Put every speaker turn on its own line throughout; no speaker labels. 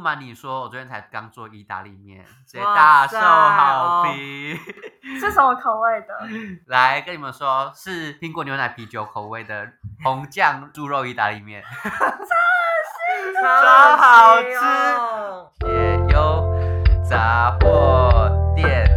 瞒你说，我昨天才刚做意大利面，直接大
哇
受
塞
好评。
是什么口味的？
嗯来跟你们说，是苹果牛奶啤酒口味的红酱猪肉意大利面，超好吃
好
也有杂货店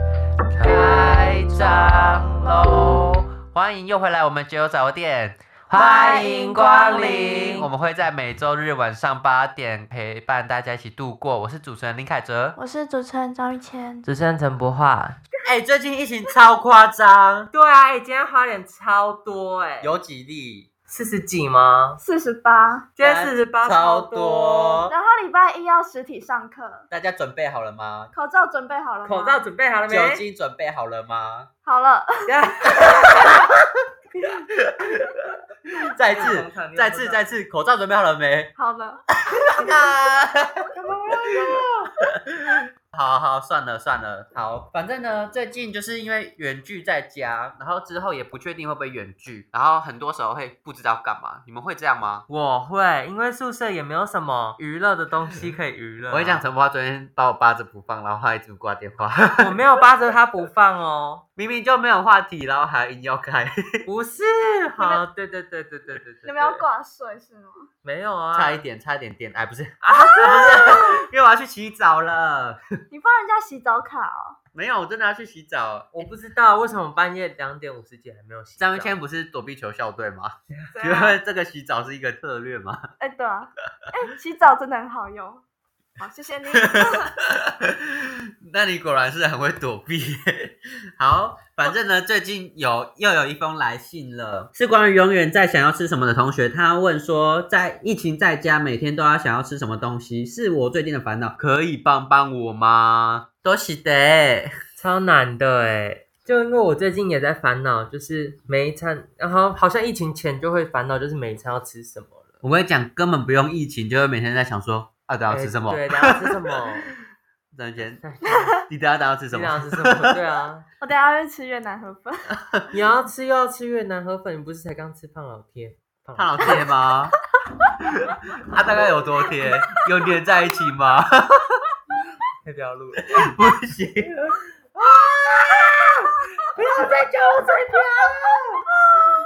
开张喽！欢迎又回来我们解忧杂货店，
欢迎光临
我们会在每周日晚上八点陪伴大家一起度过。我是主持人林凯哲。
我是主持人张玉谦，
主持人陈博化，
哎、最近疫情超夸张，
对啊，哎、今天花脸超多哎、
有几例？
四十几吗？
四十八。
今天四十八
超
多，
多
然后礼拜一要实体上课，
大家准备好了吗？
口罩准备好了吗？
口罩准备好了没？
酒 精准备好了吗？
好了，
再一
你有
次
口罩，
再一次，再一次，口罩准备好了没？
好了，
好好，算了算了，好，反正呢，最近就是因为远距在家，然后之后也不确定会不会远距，然后很多时候会不知道干嘛。你们会这样吗？
我会，因为宿舍也没有什么娱乐的东西可以娱
啊
乐、啊
我跟你讲，，陈博昨天把我扒着不放，然后他一直不挂电话，
我没有扒着他不 放哦。
明明就没有话题，然后还硬要开，
不是，好，对对对对对对对。
你们要？挂睡是吗？
没有啊，
差一点，差一点点，哎，不是，
啊，这
因为我要去洗澡了，
你帮人家洗澡卡 哦，
没有，我真的要去洗澡。
不是，我不知道为什么半夜两点五十几还没有洗澡。
张玉谦不是躲避球校队吗？
怎
请
样
啊
问这个洗澡是一个策略吗？
啊哎、对啊，哎、洗澡真的很好用。好，谢谢你。
那你果然是很会躲避。好，反正呢，最近有又有一封来信了，是关于永远在想要吃什么的同学，他问说，在疫情在家每天都要想要吃什么东西，是我最近的烦恼，可以帮帮我吗？都是的，
超难的哎。就因为我最近也在烦恼，就是每一餐，然后好像疫情前就会烦恼，就是每一餐要吃什么了，
我跟你讲，根本不用疫情，就会每天在想说，啊，等下要吃什么？
哎对，等下吃 什么？哎
张轩，
对
你等下等下要吃什
等下
么？
吃什么？对啊，
我等一下要去吃越南河粉，
你要吃又要吃越南河粉，你不是才刚吃胖老贴？胖
他老贴吗？ 他大概有多贴？有粘在一起吗？
贴不要录了，
不行。啊
不要再叫我嘴瓢。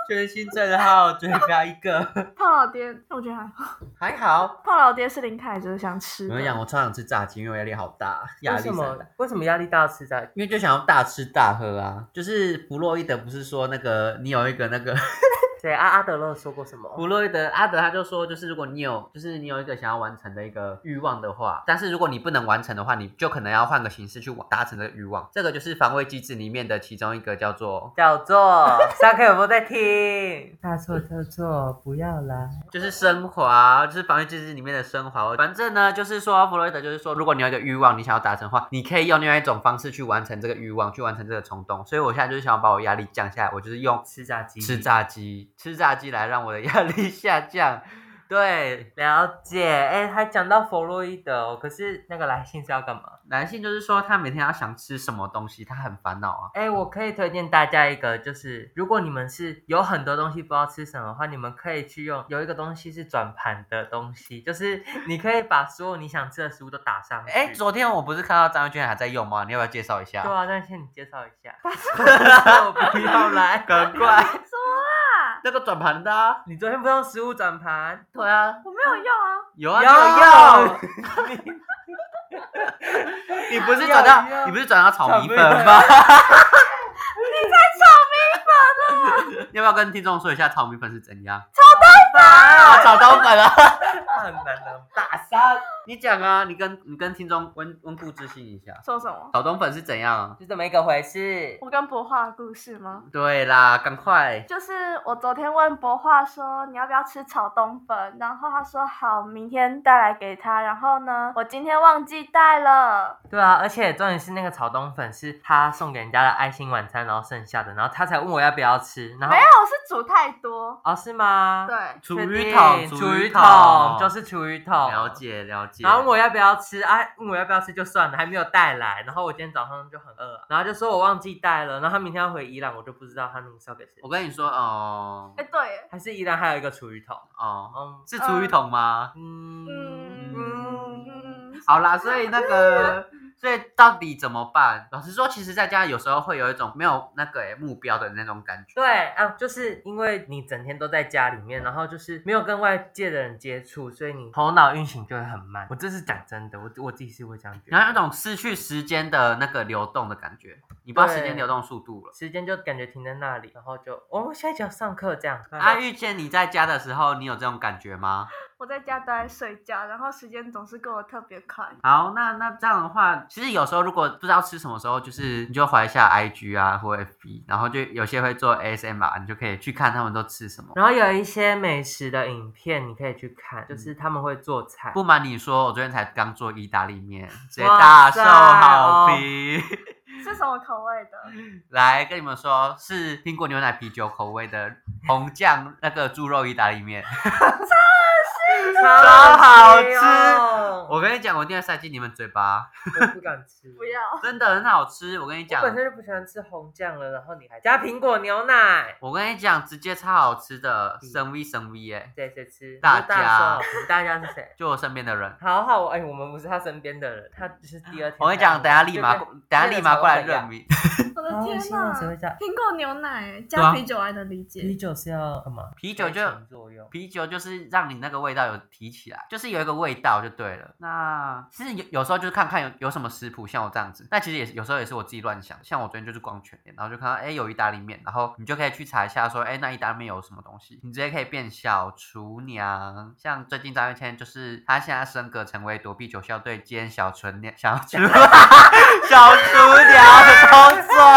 全新账号追标一个，
胖老爹，我觉得还好。
还好。
胖老爹是林凯，就是想吃
我
的。
跟你讲，我超想吃炸鸡，因为我压力好大，压
为
力
什
山
么
大。？
为什么压力大吃在？
因为就想要大吃大喝啊！就是弗洛伊德不是说那个你有一个那个
谁？阿阿德勒说过什么？
弗洛伊德阿德他就说，就是如果你有就是你有一个想要完成的一个欲望的话，但是如果你不能完成的话，你就可能要换个形式去达成这个欲望。这个就是防卫机制里面的其中一个叫做
叫做上课有没有在听？大错特错，不要来。
就是升华，就是防御机制里面的升华。反正呢，就是说弗洛伊德就是说，如果你有一个欲望，你想要达成的话，你可以用另外一种方式去完成这个欲望，去完成这个冲动。所以我现在就是想要把我压力降下来，我就是用
吃炸鸡，
吃。炸鸡，吃炸鸡来让我的压力 下降。对，
了解，哎、还讲到弗洛伊德哦，可是那个来信是要干嘛？
男性就是说他每天要想吃什么东西，他很烦恼啊。
哎、我可以推荐大家一个，就是如果你们是有很多东西不知道吃什么的话，你们可以去用有一个东西是转盘的东西，就是你可以把所有你想吃的食物都打上去。
哎，昨天我不是看到张玉娟还在用吗？你要不要介绍一下？
对啊，那先你介绍一下。 我不要来，
赶快，
什么啦？
那个转盘的、啊，
你昨天不用食物转盘？
对啊，
我没有用啊，
有啊，
有
你有用。 你不是转
要要
到你不是转到炒米粉
炒米
吗？
啊
你 要不要跟听众说一下炒米粉是怎样？啊，炒冬粉啊！
很难的，
打杀！你讲啊，你跟你跟听众温温故知新一下，
说什么？
炒冬粉是怎样？
是这么一个回事。
我跟博化的故事吗？
对啦，赶快！
就是我昨天问博化说你要不要吃炒冬粉，然后他说好，明天带来给他。然后呢，我今天忘记带了，
对啊，而且重点是那个炒冬粉是他送给人家的爱心晚餐，然后剩下的，然后他才问我要不要吃，然后
没有，是煮太多。
哦是吗？
对，哎
厨
确定，
余桶，
厨
余
余
桶
桶就是厨余桶，
了。解了解。
然后我要不要吃啊？问我要不要吃就算了，还没有带来。然后我今天早上就很饿，啊然后就说我忘记带了。然后他明天要回伊朗，我就不知道他那个是要给谁。
我跟你说哦
哎，对耶，
还是依然还有一个厨余桶。
哦，
嗯
是厨余桶吗？
嗯
嗯
嗯，
嗯，
好啦，所以那个，所以到底怎么办？老实说，其实在家有时候会有一种没有那个、欸、目标的那种感觉。
对啊，就是因为你整天都在家里面，然后就是没有跟外界的人接触，所以你头脑运行就会很慢。我这是讲真的，我我自己是会这样觉
然
得。
后有种失去时间的那个流动的感觉，你不知道时间
对
流动速度了。
时间就感觉停在那里，然后就哦，下一节要上课这样。
啊，遇见你在家的时候，你有这种感觉吗？
我在家都在睡觉，然后时间总是过得特别快。
好，那那这样的话，其实有时候如果不知道吃什么时候，就是你就划一下 IG 啊或 FB，然后就有些会做 ASMR，你就可以去看他们都吃什么。
然后有一些美食的影片，你可以去看，就是他们会做菜。
嗯不瞒你说，我昨天才刚做意大利面，直接
哇
大受
塞
好
哦
评。
是什么口味的？
来跟你们说，是苹果牛奶啤酒口味的红酱那个猪肉意大利 面。
超
好吃
哦
我跟你讲，我一定要塞进你们嘴巴，
我不敢吃。
不要，
真的很好吃。我跟你
我
讲，
本身就不喜欢吃红酱了，然后你还加苹果牛奶，
我跟你讲，直接超好吃的，
嗯
神 V 神 V 哎、
谁谁吃？
大
你说大
家
家，大家是谁？
就我身边的人。
好好，哎、我们不是他身边的人，他就是第二天才来。
我跟你讲，等下立马，
就跟
等下立马过来认名。
好
我的
恶
天
心
哪
哦！谁！会加
苹果牛奶
对啊
加啤酒还能理
啤
解，
酒是要干嘛？
啤酒就
催情作用。
啤酒就是让你那个味道有提起来，就是有一个味道就对了。那其实有有时候就是看看有有什么食谱，像我这样子，那其实也是有时候也是我自己乱想。像我昨天就是逛全联，然后就看到哎、诶有意大利面，然后你就可以去查一下说哎、诶那意大利面有什么东西，你直接可以变小厨娘。像最近张玉谦就是他现在升格成为躲避九校队兼小厨娘 小厨小厨娘的工作。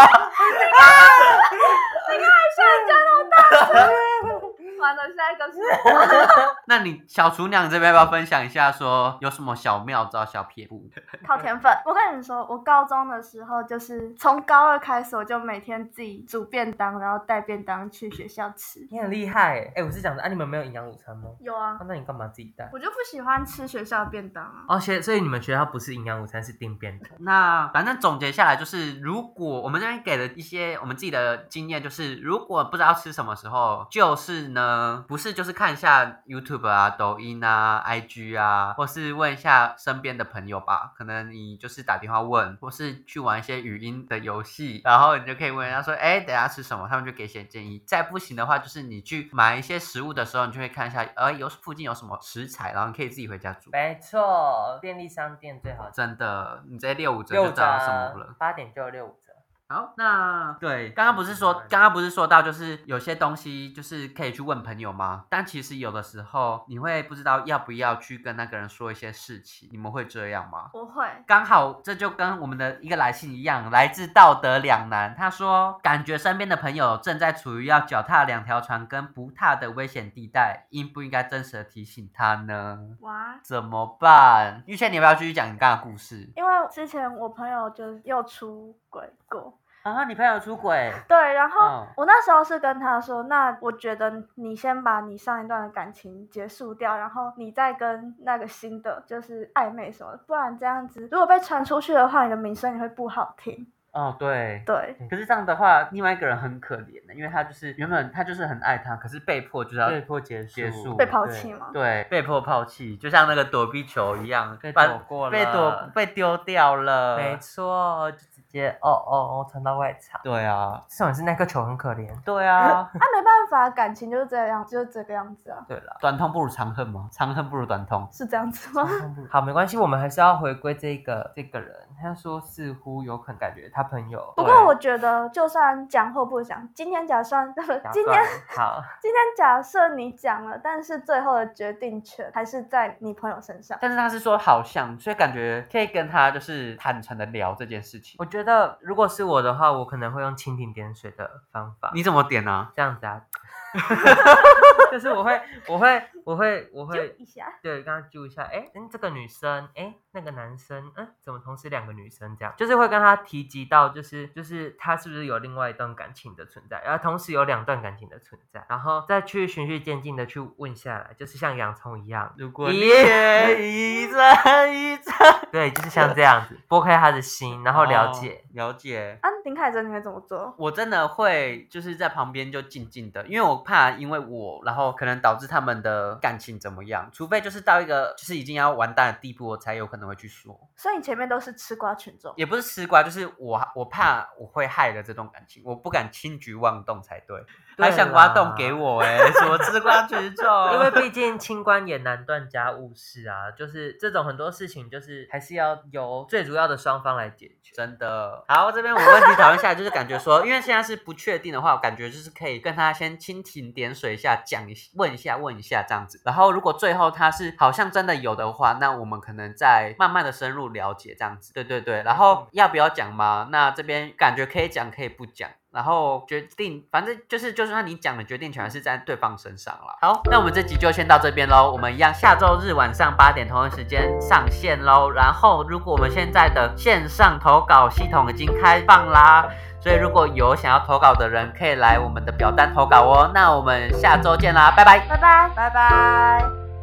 完了下一个是
那你小厨娘这边要不要分享一下说有什么小妙招小撇步？
靠天分。我跟你说，我高中的时候就是从高二开始，我就每天自己煮便当，然后带便当去学校吃。
你很厉害哎、哎我是讲的啊，你们没有营养午餐吗？
有啊
啊，那你干嘛自己带？
我就不喜欢吃学校便当啊。
哦，所以所以你们学校不是营养午餐，是订便当。
那反正总结下来就是，如果我们这边给的一些我们自己的经验，就是如果不知道吃什么时候，就是呢，不是就是看一下 YouTube 啊、抖音啊、IG 啊，或是问一下身边的朋友吧。可能你就是打电话问，或是去玩一些语音的游戏，然后你就可以问人家说，哎，等一下吃什么？他们就给一些建议。再不行的话，就是你去买一些食物的时候，你就会看一下，呃，有附近有什么食材，然后你可以自己回家煮。
没错，便利商店最好吃。
啊真的，你直接六五折就
六
知道什么了
折。，八点就六五折。
好，那对，刚刚不是
嗯
说，刚刚不是说到，就是有些东西就是可以去问朋友吗？但其实有的时候你会不知道要不要去跟那个人说一些事情，你们会这样吗？
我会，
刚好这就跟我们的一个来信一样，来自道德两难。他说，感觉身边的朋友正在处于要脚踏两条船跟不踏的危险地带，应不应该真实的提醒他呢？
哇。
怎么办？玉倩，你要不要继续讲你刚刚的故事？
因为之前我朋友就是又出轨过，
啊，你朋友出轨？
对，然后
啊哦
嗯
我那时候是跟他说，那我觉得你先把你上一段的感情结束掉，然后你再跟那个新的就是暧昧什么的，不然这样子如果被传出去的话，你的名声也会不好听。
哦，对。
对，
可是这样的话，另外一个人很可怜的，因为他就是原本他就是很爱他，可是被迫就是要
被迫结束，
结束
被抛弃吗？
对被迫抛弃，就像那个躲避球一样，
对，被
把
躲过了，
被躲被丢掉了。
没错，就直接哦哦哦传到外场。
对啊，
至少是那颗球很可怜。
对 啊，
啊，没办法，感情就是这样，就是这个样子啊，
对了，
短痛不如长恨嘛，长恨不如短痛。
是这样子吗？
嗯 好，没关系，我们还是要回归这个这个人。他说似乎有可能感觉他朋友，
不过我觉得，就算讲或不讲，今天假算
对
今天
好，
今天假设你讲了，但是最后的决定权还是在你朋友身上。
但是他是说好像，所以感觉可以跟他就是坦诚的聊这件事情。
我觉得如果是我的话，我可能会用蜻蜓点水的方法。
你怎么点呢、
这样子啊？ 就是我会，我会，我会，我
就
会
一下，
对，刚刚揪一下，哎、嗯，这个女生，哎、那个男生，嗯，怎么同时两个女生这样？就是会跟他提及到，就是就是他是不是有另外一段感情的存在，然后同时有两段感情的存在，然后再去循序渐进的去问下来，就是像洋葱一样，
如果
你
也一再一再，
对，就是像这样子拨开他的心，然后了解。
哦了解。
啊，你心态者，你会怎么做？
我真的会就是在旁边就静静的，因为我怕因为我，然后可能导致他们的感情怎么样。除非就是到一个就是已经要完蛋的地步，我才有可能会去说，
所以你前面都是吃瓜群众，
也不是吃瓜，就是我我怕我会害了这段感情，我不敢轻举妄动才对。
对
还想挖洞
啦
给我哎、欸，什么吃瓜 群众？
啊因为毕竟清官也难断家务事啊，就是这种很多事情，就是还是要由最主要的双方来解决。
真的。好，这边我问题讨论下来，就是感觉说，因为现在是不确定的话，我感觉就是可以跟他先蜻蜓点水一下，讲一问一下问一下这样子。然后如果最后他是好像真的有的话，那我们可能再慢慢的深入了解这样子。对对对。然后要不要讲嘛？那这边感觉可以讲，可以不讲。然后决定，反正就是，就算你讲的决定权还是在对方身上了。好，那我们这集就先到这边喽。我们一样下周日晚上八点同一时间上线喽。然后，如果我们现在的线上投稿系统已经开放啦，所以如果有想要投稿的人，可以来我们的表单投稿哦。那我们下周见啦，拜拜。
拜拜。
拜拜。